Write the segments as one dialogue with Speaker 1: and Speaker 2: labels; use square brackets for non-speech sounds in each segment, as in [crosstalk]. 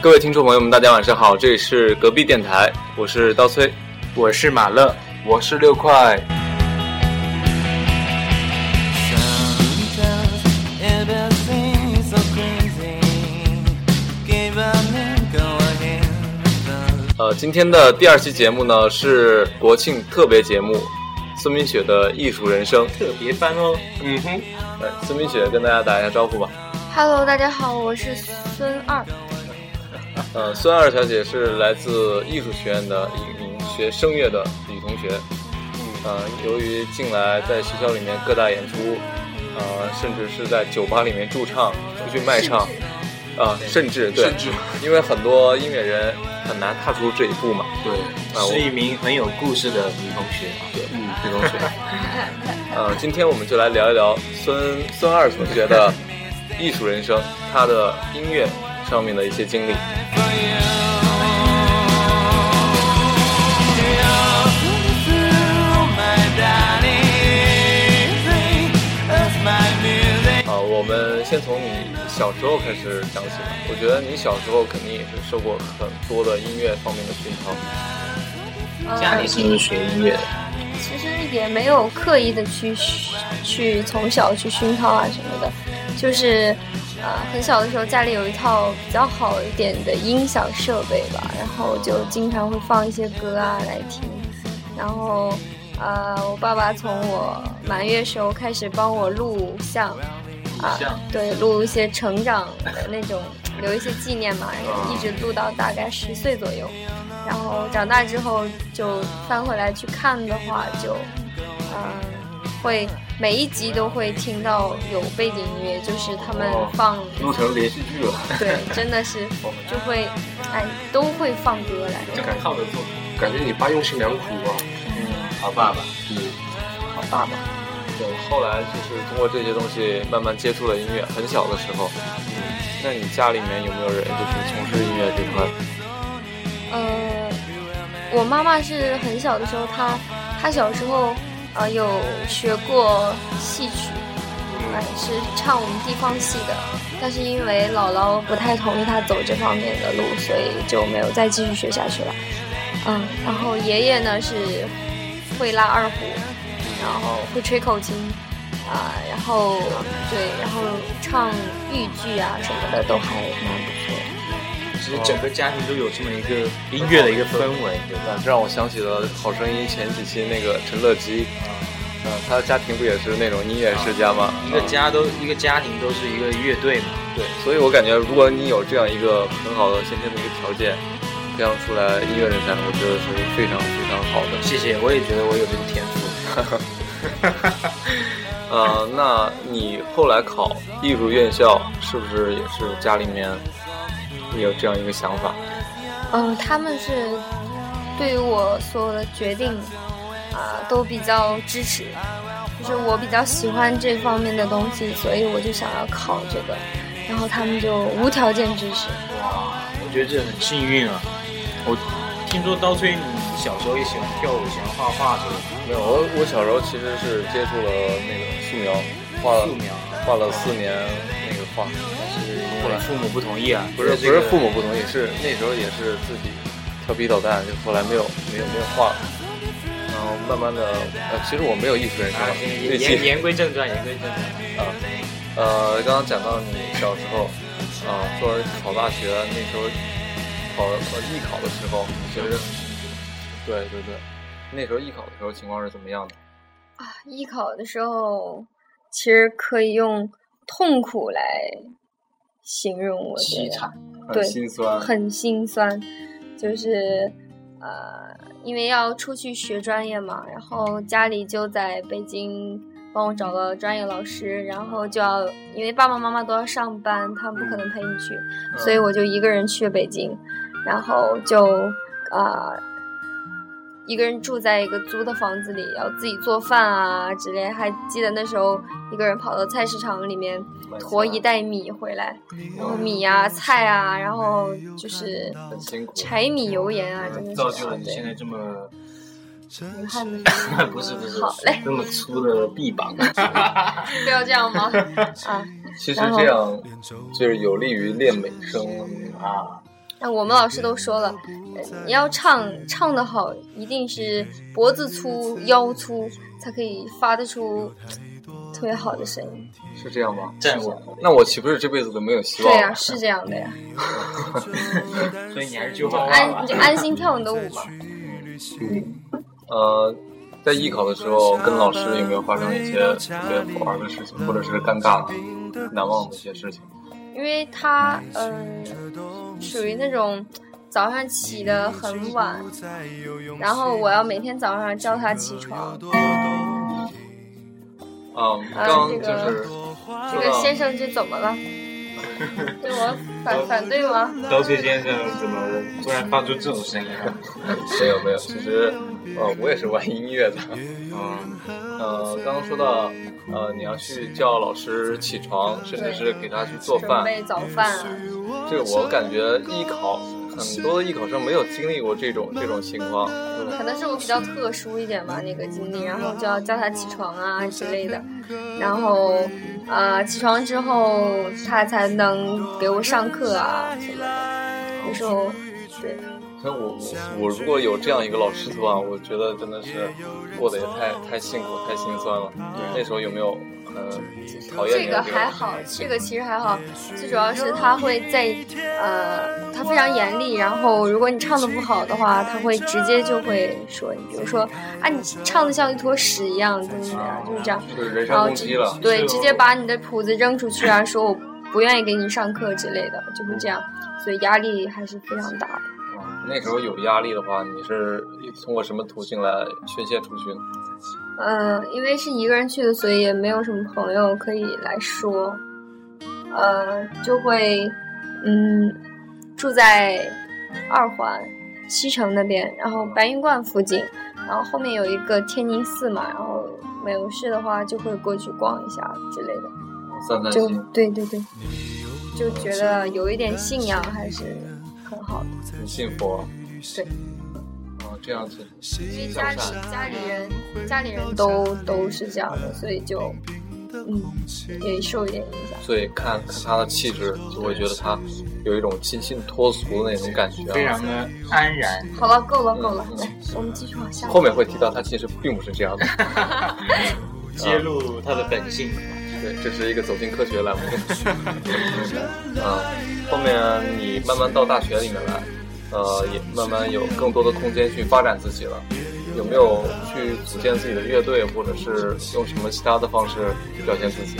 Speaker 1: 各位听众朋友们，大家晚上好，这里是隔壁电台，我是刀崔，
Speaker 2: 我是马乐，
Speaker 3: 我是六块。
Speaker 1: 呃，今天的第二期节目呢是国庆特别节目，孙明雪的艺术人生
Speaker 2: 特别班哦。
Speaker 3: 嗯哼，
Speaker 1: 来，孙明雪跟大家打一下招呼吧。
Speaker 4: Hello，大家好，我是孙二。
Speaker 1: 呃，孙二小姐是来自艺术学院的一名学声乐的女同学。呃，由于近来在学校里面各大演出，呃，甚至是在酒吧里面驻唱、出去卖唱，啊、甚至对，
Speaker 3: 甚至
Speaker 1: 因为很多音乐人很难踏出这一步嘛。
Speaker 3: 对，
Speaker 1: 啊我
Speaker 2: 是一名很有故事的女同学。
Speaker 3: 嗯，
Speaker 1: 女同学。 [laughs] 呃，今天我们就来聊一聊孙孙二同学的艺术人生，他的音乐上面的一些经历。啊、我们先从你小时候开始讲起吧。我觉得你小时候肯定也是受过很多的音乐方面的熏陶。
Speaker 2: 家里是不是学音乐？
Speaker 4: 呃其实也没有刻意的去去从小去熏陶啊什么的，就是呃很小的时候家里有一套比较好一点的音响设备吧，然后就经常会放一些歌啊来听，然后呃我爸爸从我满月时候开始帮我录像。啊
Speaker 2: 像，
Speaker 4: 对，录一些成长的那种，留一些纪念嘛，一直录到大概十岁左右。然后长大之后就翻回来去看的话，就嗯、会每一集都会听到有背景音乐，就是他们
Speaker 3: 哦
Speaker 4: 放、
Speaker 3: 录成连续
Speaker 1: [laughs]
Speaker 3: 剧了，
Speaker 4: 对，真的是就会哎都会放歌来着。
Speaker 3: 靠得住。感觉你爸用心良苦啊。
Speaker 2: 好爸爸，
Speaker 3: 嗯，
Speaker 2: 好爸爸。
Speaker 1: 对，后来就是通过这些东西慢慢接触了音乐。很小的时候，嗯那你家里面有没有人就是从事音乐这块？
Speaker 4: 呃，我妈妈是很小的时候，她她小时候呃有学过戏曲，哎、是唱我们地方戏的，但是因为姥姥不太同意她走这方面的路，所以就没有再继续学下去了。嗯，然后爷爷呢是会拉二胡，然后会吹口琴。啊、然后对，然后唱豫剧啊什么的都还蛮不错的。
Speaker 2: 其实整个家庭都有这么一个音乐的一个氛围，对
Speaker 1: 啊
Speaker 2: 吧？
Speaker 1: 这让我想起了《好声音》前几期那个陈乐基，嗯、他的家庭不也是那种音乐世家吗？
Speaker 3: 嗯
Speaker 2: 一个家都一个家庭都是一个乐队嘛，
Speaker 1: 对，所以我感觉如果你有这样一个很好的先天的一个条件，培养出来音乐人才，我觉得是非常非常好的。
Speaker 2: 谢谢，我也觉得我有这个天赋。
Speaker 1: 呃，那你后来考艺术院校，是不是也是家里面也有这样一个想法？
Speaker 4: 嗯，他们是对于我所有的决定啊、都比较支持，就是我比较喜欢这方面的东西，所以我就想要考这个，然后他们就无条件支持。
Speaker 2: 哇，我觉得这很幸运啊！我听说刀崔，你小时候也喜欢跳舞，喜欢画画什么
Speaker 1: 没
Speaker 2: 的，
Speaker 1: 有，我我小时候其实是接触了那个素描，画了
Speaker 2: 素描
Speaker 1: 画了四年那个画，但是后
Speaker 2: 后来
Speaker 1: 来
Speaker 2: 父母不同意啊，
Speaker 1: 不是
Speaker 2: 这
Speaker 1: 不
Speaker 2: 个
Speaker 1: 是父母不同意，是那时候也是自己调皮捣蛋，就后来没有没有没有画了。然后慢慢的，呃，其实我没有艺术人生
Speaker 2: 啊，行
Speaker 1: 那
Speaker 2: 言言
Speaker 1: 期
Speaker 2: 言归正传，言归正传。
Speaker 1: 啊，呃，刚刚讲到你小时候，啊，说考大学那时候考呃艺考的时候，你觉得，对对对，那时候艺考的时候情况是怎么样的？
Speaker 4: 啊艺考的时候，其实可以用痛苦来形容，我觉
Speaker 2: 凄
Speaker 4: 得。
Speaker 2: 惨，
Speaker 4: 对
Speaker 1: 很心酸，
Speaker 4: 很心酸，就是呃，因为要出去学专业嘛，然后家里就在北京帮我找了专业老师，然后就要因为爸爸妈妈都要上班，他们不可能陪你去，所以我就一个人去了北京，然后就啊、呃一个人住在一个租的房子里，要自己做饭啊之类。还记得那时候一个人跑到菜市场里面
Speaker 1: 买
Speaker 4: 驮
Speaker 1: 菜
Speaker 4: 一袋米回来，然后米啊、菜啊，然后就是
Speaker 1: 很辛苦。
Speaker 4: 柴米油盐啊，真的是
Speaker 2: 造就了你
Speaker 4: 对
Speaker 2: 现在这么
Speaker 4: 遗憾的是
Speaker 2: [laughs] 不是不是
Speaker 4: 好嘞，
Speaker 2: 这么粗的臂膀。
Speaker 4: [laughs] 不要这样
Speaker 2: [laughs]
Speaker 4: 吗？啊，
Speaker 1: 其实
Speaker 4: 然后
Speaker 1: 这样就是有利于练美声啊。
Speaker 4: 但我们老师都说了，呃你要唱唱得好，一定是脖子粗、腰粗，才可以发得出呃特别好的声音。
Speaker 3: 是这样吗？
Speaker 2: 站稳，
Speaker 1: 那我岂不是这辈子都没有希
Speaker 4: 对啊
Speaker 1: 望
Speaker 4: 呀、
Speaker 1: 了？
Speaker 4: 是这样的呀。
Speaker 2: 所以你还是去画画
Speaker 4: 安
Speaker 2: 吧
Speaker 4: 你。就安心跳你的舞嘛。
Speaker 1: 呃，在艺考的时候，跟老师有没有发生一些特别好玩的事情，或者是尴尬的、难忘的一些事情？
Speaker 4: 因为他嗯、呃属于那种早上起得很晚，然后我要每天早上叫他起床。
Speaker 1: 嗯，
Speaker 4: 啊
Speaker 1: 刚
Speaker 4: 这
Speaker 1: 就是
Speaker 4: 个这
Speaker 1: 说
Speaker 4: 个
Speaker 1: 到
Speaker 4: 先生这怎
Speaker 1: [laughs]
Speaker 4: 么了？对我反反对吗？
Speaker 2: 刀崔先生怎么突然发出这种声音啊？
Speaker 1: 没有没有，其实呃我也是玩音乐的， [laughs]
Speaker 2: 嗯，
Speaker 1: 呃刚刚说到呃你要去叫老师起床，甚至是给他去做
Speaker 4: 准
Speaker 1: 饭，
Speaker 4: 备早饭啊，
Speaker 1: 这个我感觉艺考很多的艺考生没有经历过这种这种情况，
Speaker 4: 可能是我比较特殊一点吧，那个经历，然后就要叫他起床啊之类的，然后呃起床之后他才能给我上课啊什么的，有时候对。
Speaker 1: 所以我我我如果有这样一个老师的话，我觉得真的是过得也太太辛苦太心酸了。那时候有没有呃讨厌你
Speaker 4: 这
Speaker 1: 的地
Speaker 4: 个
Speaker 1: 方
Speaker 4: 还好，这个其实还好，最主要是他会在呃，他非常严厉，然后如果你唱的不好的话，他会直接就会说你，比如说啊，你唱的像一坨屎一样，怎么怎么样，就是这样，
Speaker 1: 就是人身
Speaker 4: 然后
Speaker 1: 啊攻
Speaker 4: 直
Speaker 1: 击了？
Speaker 4: 对，直接把你的谱子扔出去啊，说我不愿意给你上课之类的，就是这样，所以压力还是非常大的。
Speaker 1: 那时候有压力的话，你是通过什么途径来宣泄出去呢？
Speaker 4: 嗯，因为是一个人去的，所以也没有什么朋友可以来说，呃，就会嗯住在二环西城那边，然后白云观附近，然后后面有一个天宁寺嘛，然后没有事的话就会过去逛一下之类的，
Speaker 1: 散散
Speaker 4: 就
Speaker 1: 心。
Speaker 4: 对对对，就觉得有一点信仰还是很好的。
Speaker 1: 你信佛？
Speaker 4: 对。
Speaker 1: 啊，这样子。
Speaker 4: 其实家里家里人家里人都都是这样的，所以就嗯也受一点影响。
Speaker 1: 所以看看他的气质，就会觉得他有一种清新脱俗的那种感觉啊。
Speaker 2: 非常的安然。
Speaker 4: 好了，够了够了
Speaker 1: 嗯，
Speaker 4: 来，我们继续往下。
Speaker 1: 后面会提到他其实并不是这样的。
Speaker 2: 揭露他的本性。
Speaker 1: 对，这是一个走进科学栏目。 [laughs] 啊，后面你慢慢到大学里面来，呃，也慢慢有更多的空间去发展自己了。有没有去组建自己的乐队，或者是用什么其他的方式表现自己？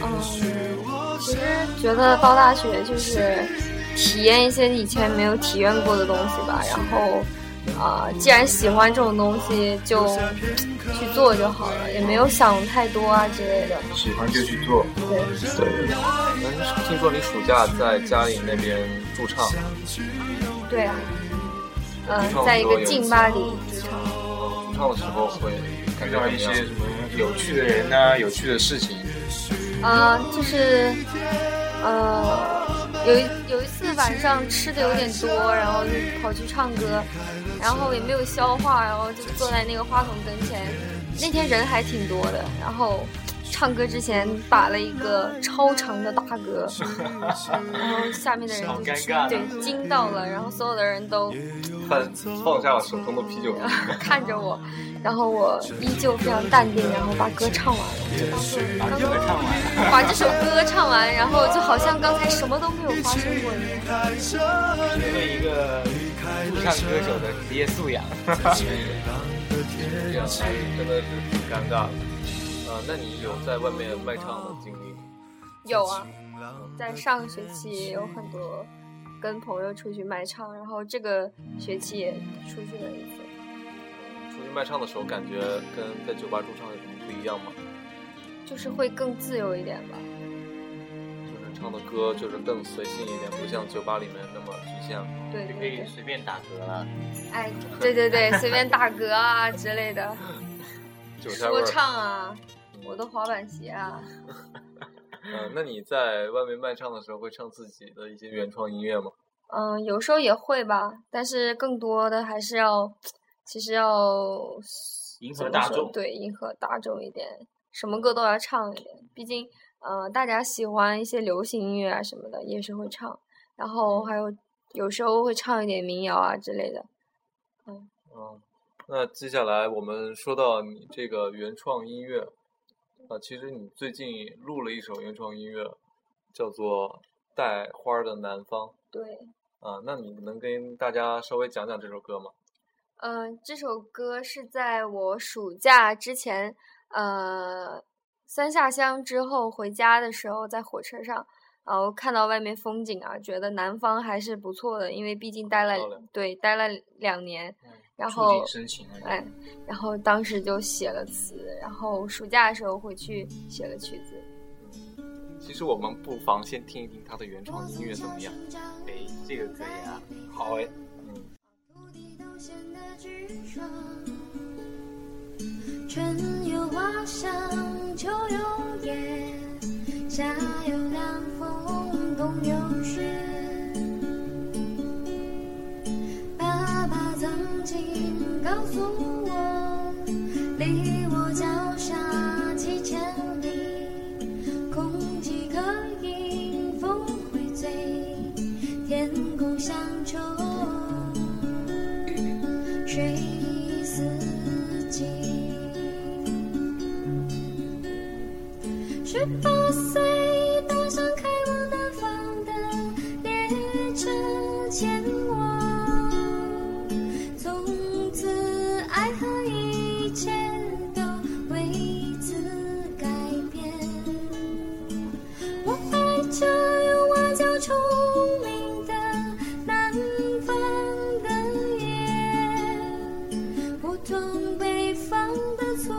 Speaker 4: 嗯，其实觉得到大学就是体验一些以前没有体验过的东西吧，然后。啊、既然喜欢这种东西，就去做就好了，也没有想太多啊之类的。
Speaker 2: 喜欢就去做，
Speaker 4: 对，
Speaker 1: 对，嗯，听说你暑假在家里那边驻唱，
Speaker 4: 对啊，嗯、
Speaker 1: 你唱
Speaker 4: 在一
Speaker 1: 歌
Speaker 4: 个
Speaker 1: 有
Speaker 4: 劲巴里驻唱。
Speaker 1: 嗯驻唱的时候会感觉
Speaker 2: 遇
Speaker 1: 怎
Speaker 2: 到
Speaker 1: 么
Speaker 2: 一些
Speaker 1: 样？
Speaker 2: 什么有趣的人呐、有趣的事情。
Speaker 4: 呃，就是，呃，有一有一次晚上吃的有点多，然后就跑去唱歌，然后也没有消化，然后就坐在那个话筒跟前。那天人还挺多的，然后唱歌之前打了一个超长的大嗝，然后下面的人
Speaker 2: 好
Speaker 4: 就
Speaker 2: 尴尬
Speaker 4: 对惊到了，然后所有的人都
Speaker 1: 放放下了手中的啤酒，
Speaker 4: [laughs] 看着我，然后我依旧非常淡定，然后把歌唱完了，就当做
Speaker 2: 把
Speaker 4: 刚
Speaker 2: 歌
Speaker 4: 刚。
Speaker 2: 唱完，
Speaker 4: 把这首歌唱完，然后就好像刚才什么都没有发生过一样。
Speaker 2: 评论一个驻唱歌手的职业素养。
Speaker 1: 这样还真的是挺尴尬的。呃，那你有在外面外唱的经历吗？
Speaker 4: 有啊，在上个学期也有很多跟朋友出去卖唱，然后这个学期也出去了一次。
Speaker 1: 出去卖唱的时候，感觉跟在酒吧驻唱有什么不一样吗？
Speaker 4: 就是会更自由一点吧，
Speaker 1: 就是唱的歌就是更随性一点，不像酒吧里面那么局限。
Speaker 4: 对
Speaker 2: 就可
Speaker 4: 对
Speaker 2: 以
Speaker 4: 对，
Speaker 2: 随便打嗝啊了，
Speaker 4: 哎，对对对，随便打嗝啊之类
Speaker 2: [laughs]
Speaker 4: 的，
Speaker 1: 酒下味
Speaker 4: 说
Speaker 1: 儿。
Speaker 4: 唱啊，我的滑板鞋啊，
Speaker 1: 呃，那你在外面卖唱的时候，会唱自己的一些原创音乐吗？
Speaker 4: 嗯，有时候也会吧，但是更多的还是要，其实要
Speaker 2: 迎
Speaker 4: 怎么
Speaker 2: 合大
Speaker 4: 说
Speaker 2: 众。
Speaker 4: 对，迎合大众一点，什么歌都要唱一点。毕竟，呃，大家喜欢一些流行音乐啊什么的，也是会唱。然
Speaker 2: 嗯
Speaker 4: 后还有有时候会唱一点民谣啊之类的。
Speaker 1: 嗯，那接下来我们说到你这个原创音乐，啊、其实你最近录了一首原创音乐，叫做《带花儿的南方》
Speaker 4: 对，
Speaker 1: 啊、那你能跟大家稍微讲讲这首歌吗？
Speaker 4: 嗯、这首歌是在我暑假之前，呃，三下乡之后回家的时候，在火车上，然后看到外面风景啊，觉得南方还是不错的，因为毕竟待了
Speaker 1: 漂亮
Speaker 4: 对待了两年，然
Speaker 2: 触景
Speaker 4: 后
Speaker 2: 生情啊。
Speaker 4: 哎，然后当时就写了词，然后暑假的时候回去写了曲子。
Speaker 1: 其实我们不妨先听一听它的原创音乐怎么样？
Speaker 2: 哎，这个可以啊，好哎，
Speaker 1: 嗯，
Speaker 5: 土地都显得巨爽。春有花香，秋有叶，夏有凉风，冬有雪。爸爸曾经告诉我，离我脚下几千里，空气可饮，风会醉，天空像球。水四季。十八岁搭上开往南方的列车前往，从此爱和一切都为此改变。我爱这有外交聪明的南方的夜，不同北方的粗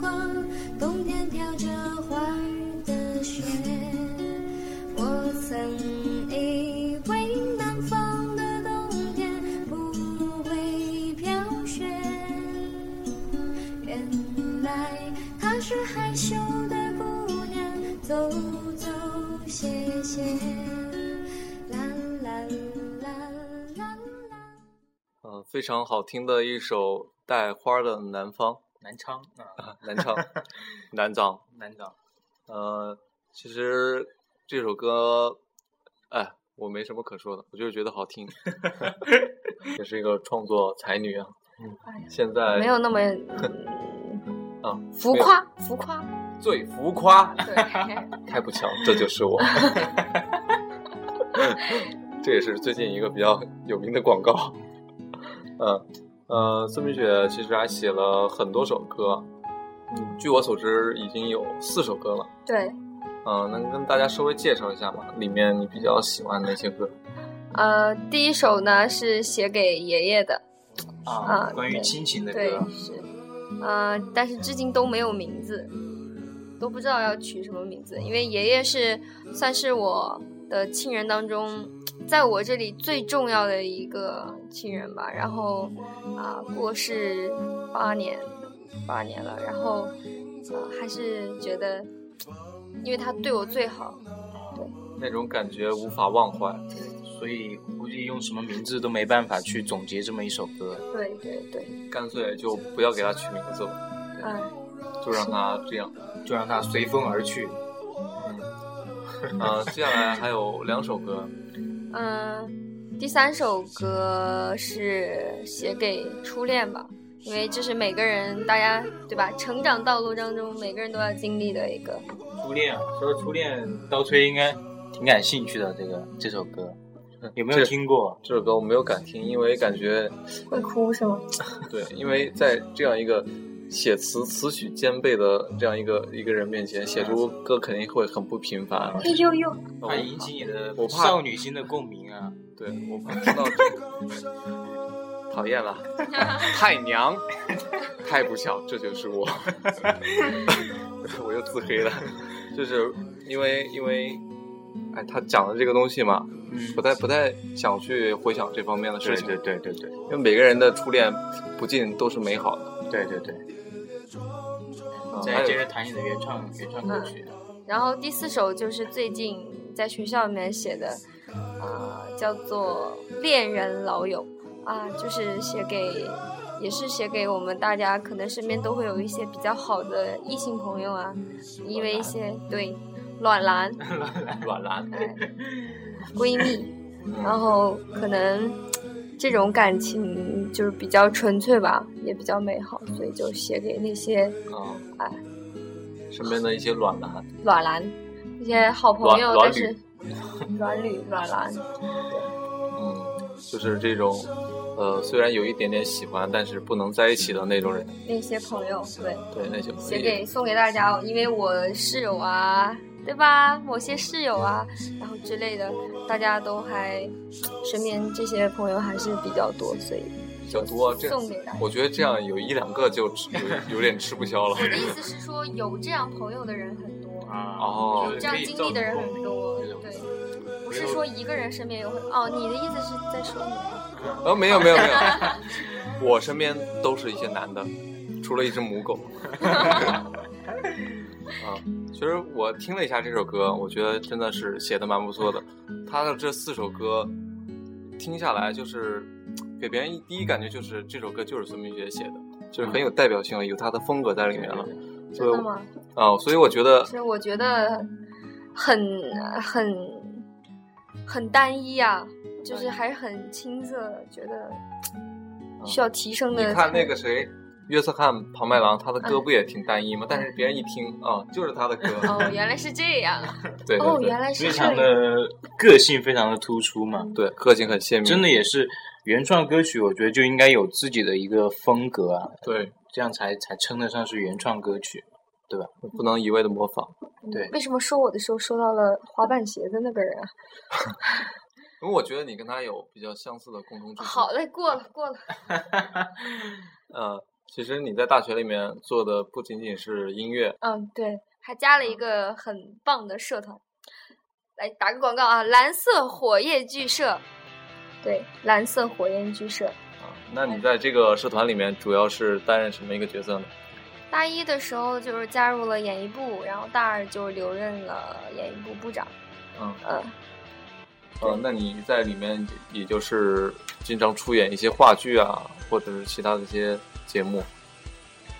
Speaker 5: 犷，冬天飘着花儿的雪。我曾以为南方的冬天不会飘雪。原来她是害羞的姑娘，走走谢谢，啦啦啦啦啦。
Speaker 1: 呃，非常好听的一首《带花儿的南方》
Speaker 2: 南昌啊，
Speaker 1: 南昌南藏。
Speaker 2: 南昌，
Speaker 1: 呃，其实这首歌，哎，我没什么可说的，我就是觉得好听。也是一个创作才女啊，
Speaker 4: 哎呀
Speaker 1: 现在
Speaker 4: 没有那么
Speaker 1: 啊，
Speaker 4: 浮
Speaker 1: 没有
Speaker 4: 夸，浮夸，
Speaker 1: 最浮夸，
Speaker 4: 对， [laughs]
Speaker 1: 太不巧，这就是我。这也是最近一个比较有名的广告。嗯呃，孙明雪其实还写了很多首歌，嗯，据我所知已经有四首歌了。
Speaker 4: 对，
Speaker 1: 嗯、能跟大家稍微介绍一下吗？里面你比较喜欢哪些歌？
Speaker 4: 呃，第一首呢是写给爷爷的，
Speaker 2: 啊
Speaker 4: 啊，
Speaker 2: 关于
Speaker 4: 对
Speaker 2: 亲情的
Speaker 4: 对
Speaker 2: 歌，，
Speaker 4: 是，呃，但是至今都没有名字，都不知道要取什么名字，因为爷爷是算是我的亲人当中，在我这里最重要的一个亲人吧。然后啊、过世八年，八年了，然后呃，还是觉得，因为他对我最好，
Speaker 1: 那种感觉无法忘怀。
Speaker 2: 所以估计用什么名字都没办法去总结这么一首歌。
Speaker 4: 对对对，
Speaker 1: 干脆就不要给他取名字了，
Speaker 4: 嗯、
Speaker 1: 就让他这样。
Speaker 2: 就让它随风而去。
Speaker 1: 呃，接下来还有两首歌，
Speaker 4: 嗯，第三首歌是写给初恋吧，因为这是每个人大家对吧？成长道路当中每个人都要经历的一个。
Speaker 2: 初恋啊，说到初恋，刀崔应该挺感兴趣的。这个这首歌有没有
Speaker 1: 这
Speaker 2: 听过？
Speaker 1: 这首歌我没有敢听，因为感觉
Speaker 4: 会哭是吗？
Speaker 1: 对，因为在这样一个写词词曲兼备的这样一个一个人面前，写出歌肯定会很不平凡。
Speaker 4: 哎呦呦！
Speaker 1: 我
Speaker 2: 它引起你的
Speaker 1: 我怕
Speaker 2: 少女心的共鸣啊！
Speaker 1: 对，我不知道这个，讨厌了，太娘，太不巧，这就是我， [laughs] 我又自黑了，就是因为因为，哎，他讲的这个东西嘛，
Speaker 2: 嗯
Speaker 1: 不太不太想去回想这方面的事
Speaker 2: 对
Speaker 1: 情，
Speaker 2: 对对对对
Speaker 1: 因为每个人的初恋不尽都是美好的。
Speaker 2: 对对对。
Speaker 1: 啊还
Speaker 2: 再接
Speaker 1: 有
Speaker 2: 着谈你的原创原创歌曲，
Speaker 4: 然后第四首就是最近在学校里面写的，呃，叫做《恋人老友》啊，就是写给，也是写给我们大家，可能身边都会有一些比较好的异性朋友啊，因为一些对暖男。
Speaker 1: 软男，
Speaker 4: 哎，闺蜜，然后可能这种感情就是比较纯粹吧，也比较美好，所以就写给那些
Speaker 1: 啊，
Speaker 4: 哎
Speaker 1: 身边的一些软男，
Speaker 4: 软男，一些好朋友，
Speaker 1: 软
Speaker 4: 但是 [laughs] 软女软男，
Speaker 1: 嗯，就是这种，呃，虽然有一点点喜欢，但是不能在一起的那种人，
Speaker 4: 那些朋友，对，
Speaker 1: 对那些朋
Speaker 4: 写
Speaker 1: 友
Speaker 4: 给送给大家，哦因为我室友啊，对吧？某些室友啊，然后之类的，大家都还身边这些朋友还是比较多，所以
Speaker 1: 比较多，这样
Speaker 4: 送给大家。
Speaker 1: 我觉得这样有一两个就吃有有点吃不消了
Speaker 4: 我。的意思 [laughs] 是说，有这样朋友的人很多，
Speaker 2: 啊，
Speaker 1: 哦
Speaker 2: 我
Speaker 4: 有这
Speaker 2: 觉
Speaker 4: 样
Speaker 2: 得可以
Speaker 4: 经
Speaker 2: 造
Speaker 4: 历的
Speaker 2: 成
Speaker 4: 人
Speaker 2: 共
Speaker 4: 很
Speaker 2: 鸣
Speaker 4: 多
Speaker 2: 这，种
Speaker 4: 对，不是说一个人身边有很哦，你的意思是在说你
Speaker 1: 呃，没有没有
Speaker 4: [laughs]
Speaker 1: 没有，我身边都是一些男的，除了一只母
Speaker 4: [laughs]
Speaker 1: 狗。啊，其实我听了一下这首歌，我觉得真的是写的蛮不错的。他的这四首歌听下来，就是给别人一第一感觉就是这首歌就是孙明学写的，就是很有代表性了，有他的风格在里面了。所
Speaker 4: 嗯真
Speaker 1: 以
Speaker 4: 的吗？
Speaker 1: 啊、所以我觉得
Speaker 4: 其实我觉得很很很单一啊，就是还是很青涩，觉得需要提
Speaker 1: 嗯
Speaker 4: 升
Speaker 1: 你
Speaker 4: 的。嗯
Speaker 1: 看那个谁，约瑟翰·庞麦郎，他的歌不也挺单一吗？但是别人一听啊、就是他的歌。
Speaker 4: 哦，原来是这样。
Speaker 1: 对对对，
Speaker 4: 哦，原来是
Speaker 2: 非
Speaker 4: 这
Speaker 2: 常
Speaker 4: 样。
Speaker 2: 的个性非常的突出嘛。
Speaker 1: 对个性很鲜明，
Speaker 2: 真的也是原创歌曲，我觉得就应该有自己的一个风格啊，
Speaker 1: 对，
Speaker 2: 这样才才称得上是原创歌曲。
Speaker 1: 不能一味的模仿。
Speaker 2: 对
Speaker 4: 为什么说我的时候说到了滑板鞋的那个人啊？
Speaker 1: 因为我觉得你跟他有比较相似的共同之处。
Speaker 4: 好嘞，过了过了。
Speaker 1: 呃，其实你在大学里面做的不仅仅是音乐，
Speaker 4: 嗯，对，还加了一个很棒的社团，来打个广告啊！蓝色火焰剧社，对，蓝色火焰剧社。
Speaker 1: 啊，那你在这个社团里面主要是担任什么一个角色呢？
Speaker 4: 大一的时候就是加入了演艺部，然后大二就留任了演艺部部长。
Speaker 1: 嗯
Speaker 4: 呃，
Speaker 1: 呃，那你在里面也就是经常出演一些话剧啊，或者是其他的一些节目。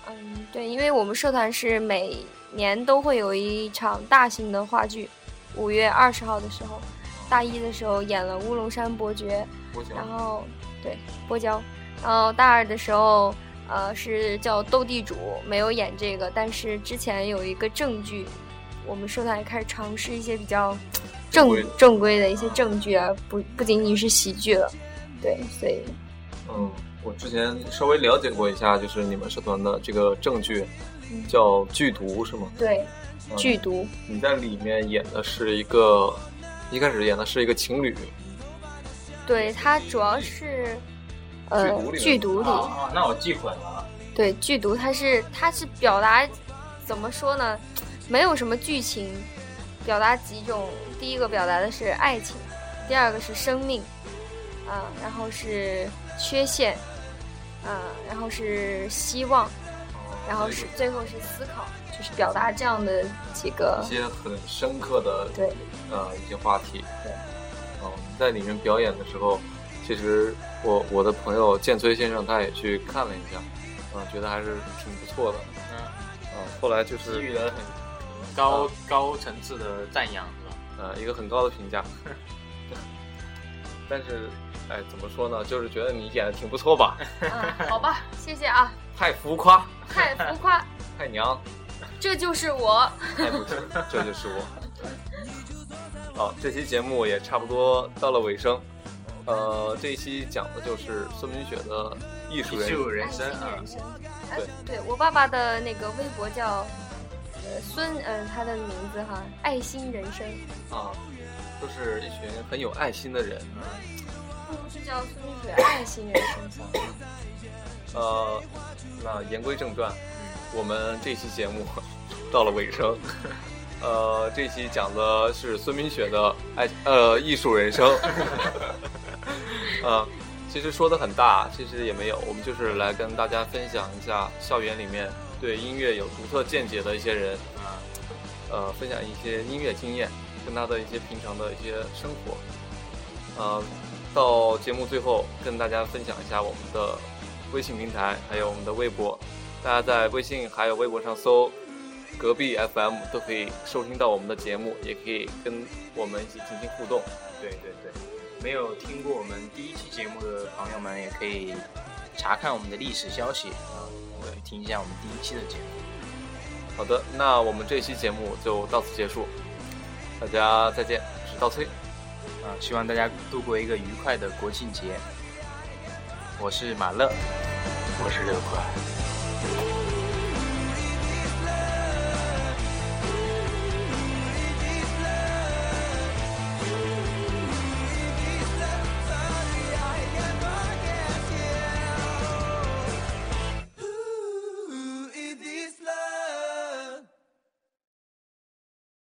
Speaker 4: 嗯，对，因为我们社团是每年都会有一场大型的话剧，五月二十号的时候，大一的时候演了《乌龙山伯爵》，
Speaker 1: 我想
Speaker 4: 然后对播交，然后大二的时候，呃，是叫斗地主，没有演这个，但是之前有一个正剧，我们社团也开始尝试一些比较
Speaker 1: 正
Speaker 4: 正
Speaker 1: 规
Speaker 4: 正规的一些正剧啊，不不仅仅是喜剧了，对，所以
Speaker 1: 嗯，我之前稍微了解过一下，就是你们社团的这个证据
Speaker 4: 嗯，
Speaker 1: 叫剧毒是吗？
Speaker 4: 对
Speaker 1: 嗯
Speaker 4: 剧毒，
Speaker 1: 你在里面演的是一个，一开始演的是一个情侣，
Speaker 4: 对它主要是呃
Speaker 1: 剧毒里面
Speaker 4: 剧毒里，
Speaker 2: 啊，那我记混了啊。
Speaker 4: 对剧毒它是它是表达怎么说呢？没有什么剧情，表达几种，第一个表达的是爱情，第二个是生命，啊、然后是缺陷，啊、然后是希望，然后是最后是思考，就是表达这样的几个
Speaker 1: 一些很深刻的
Speaker 4: 对。
Speaker 1: 呃一些话题。
Speaker 4: 对，
Speaker 1: 哦，在里面表演的时候，其实我我的朋友建崔先生他也去看了一下，嗯、觉得还是挺不错的。嗯、后来就
Speaker 2: 给予
Speaker 1: 是
Speaker 2: 了很高、高层次的赞扬，是吧？
Speaker 1: 呃一个很高的评价， [laughs] 但是哎怎么说呢，就是觉得你演的挺不错吧，
Speaker 4: 嗯，好吧，谢谢啊，
Speaker 1: 太浮夸，
Speaker 4: 太浮夸，
Speaker 1: 太娘，
Speaker 4: 这就是我。
Speaker 1: 太不行，这就是我。好，这期节目也差不多到了尾声。呃，这一期讲的就是孙明雪的艺术人
Speaker 2: 艺术人
Speaker 4: 爱情
Speaker 2: 生啊
Speaker 4: 人，生，哎，对我爸爸的那个微博叫。呃，孙，嗯、他的名字哈，爱心人生，
Speaker 1: 啊，都是一群很有爱心的人。
Speaker 4: 不嗯是叫孙啊雪爱心人生吗？
Speaker 1: 呃，那言归正传，我们这期节目 [laughs] 到了尾声。 [laughs] 呃，这期讲的是孙明雪的爱呃艺术人生。 [laughs] 呃，其实说的很大，其实也没有，我们就是来跟大家分享一下校园里面对音乐有独特见解的一些人，
Speaker 2: 啊，
Speaker 1: 呃，分享一些音乐经验，跟他的一些平常的一些生活。呃，到节目最后跟大家分享一下我们的微信平台，还有我们的微博。大家在微信还有微博上搜“隔壁 FM” 都可以收听到我们的节目，也可以跟我们一起进行互动。
Speaker 2: 对对对，没有听过我们第一期节目的朋友们，也可以查看我们的历史消息啊，呃听一下我们第一期的节目。
Speaker 1: 好的，那我们这期节目就到此结束，大家再见，我是稻崔，
Speaker 2: 啊，希望大家度过一个愉快的国庆节。我是马乐。
Speaker 3: 我是六块。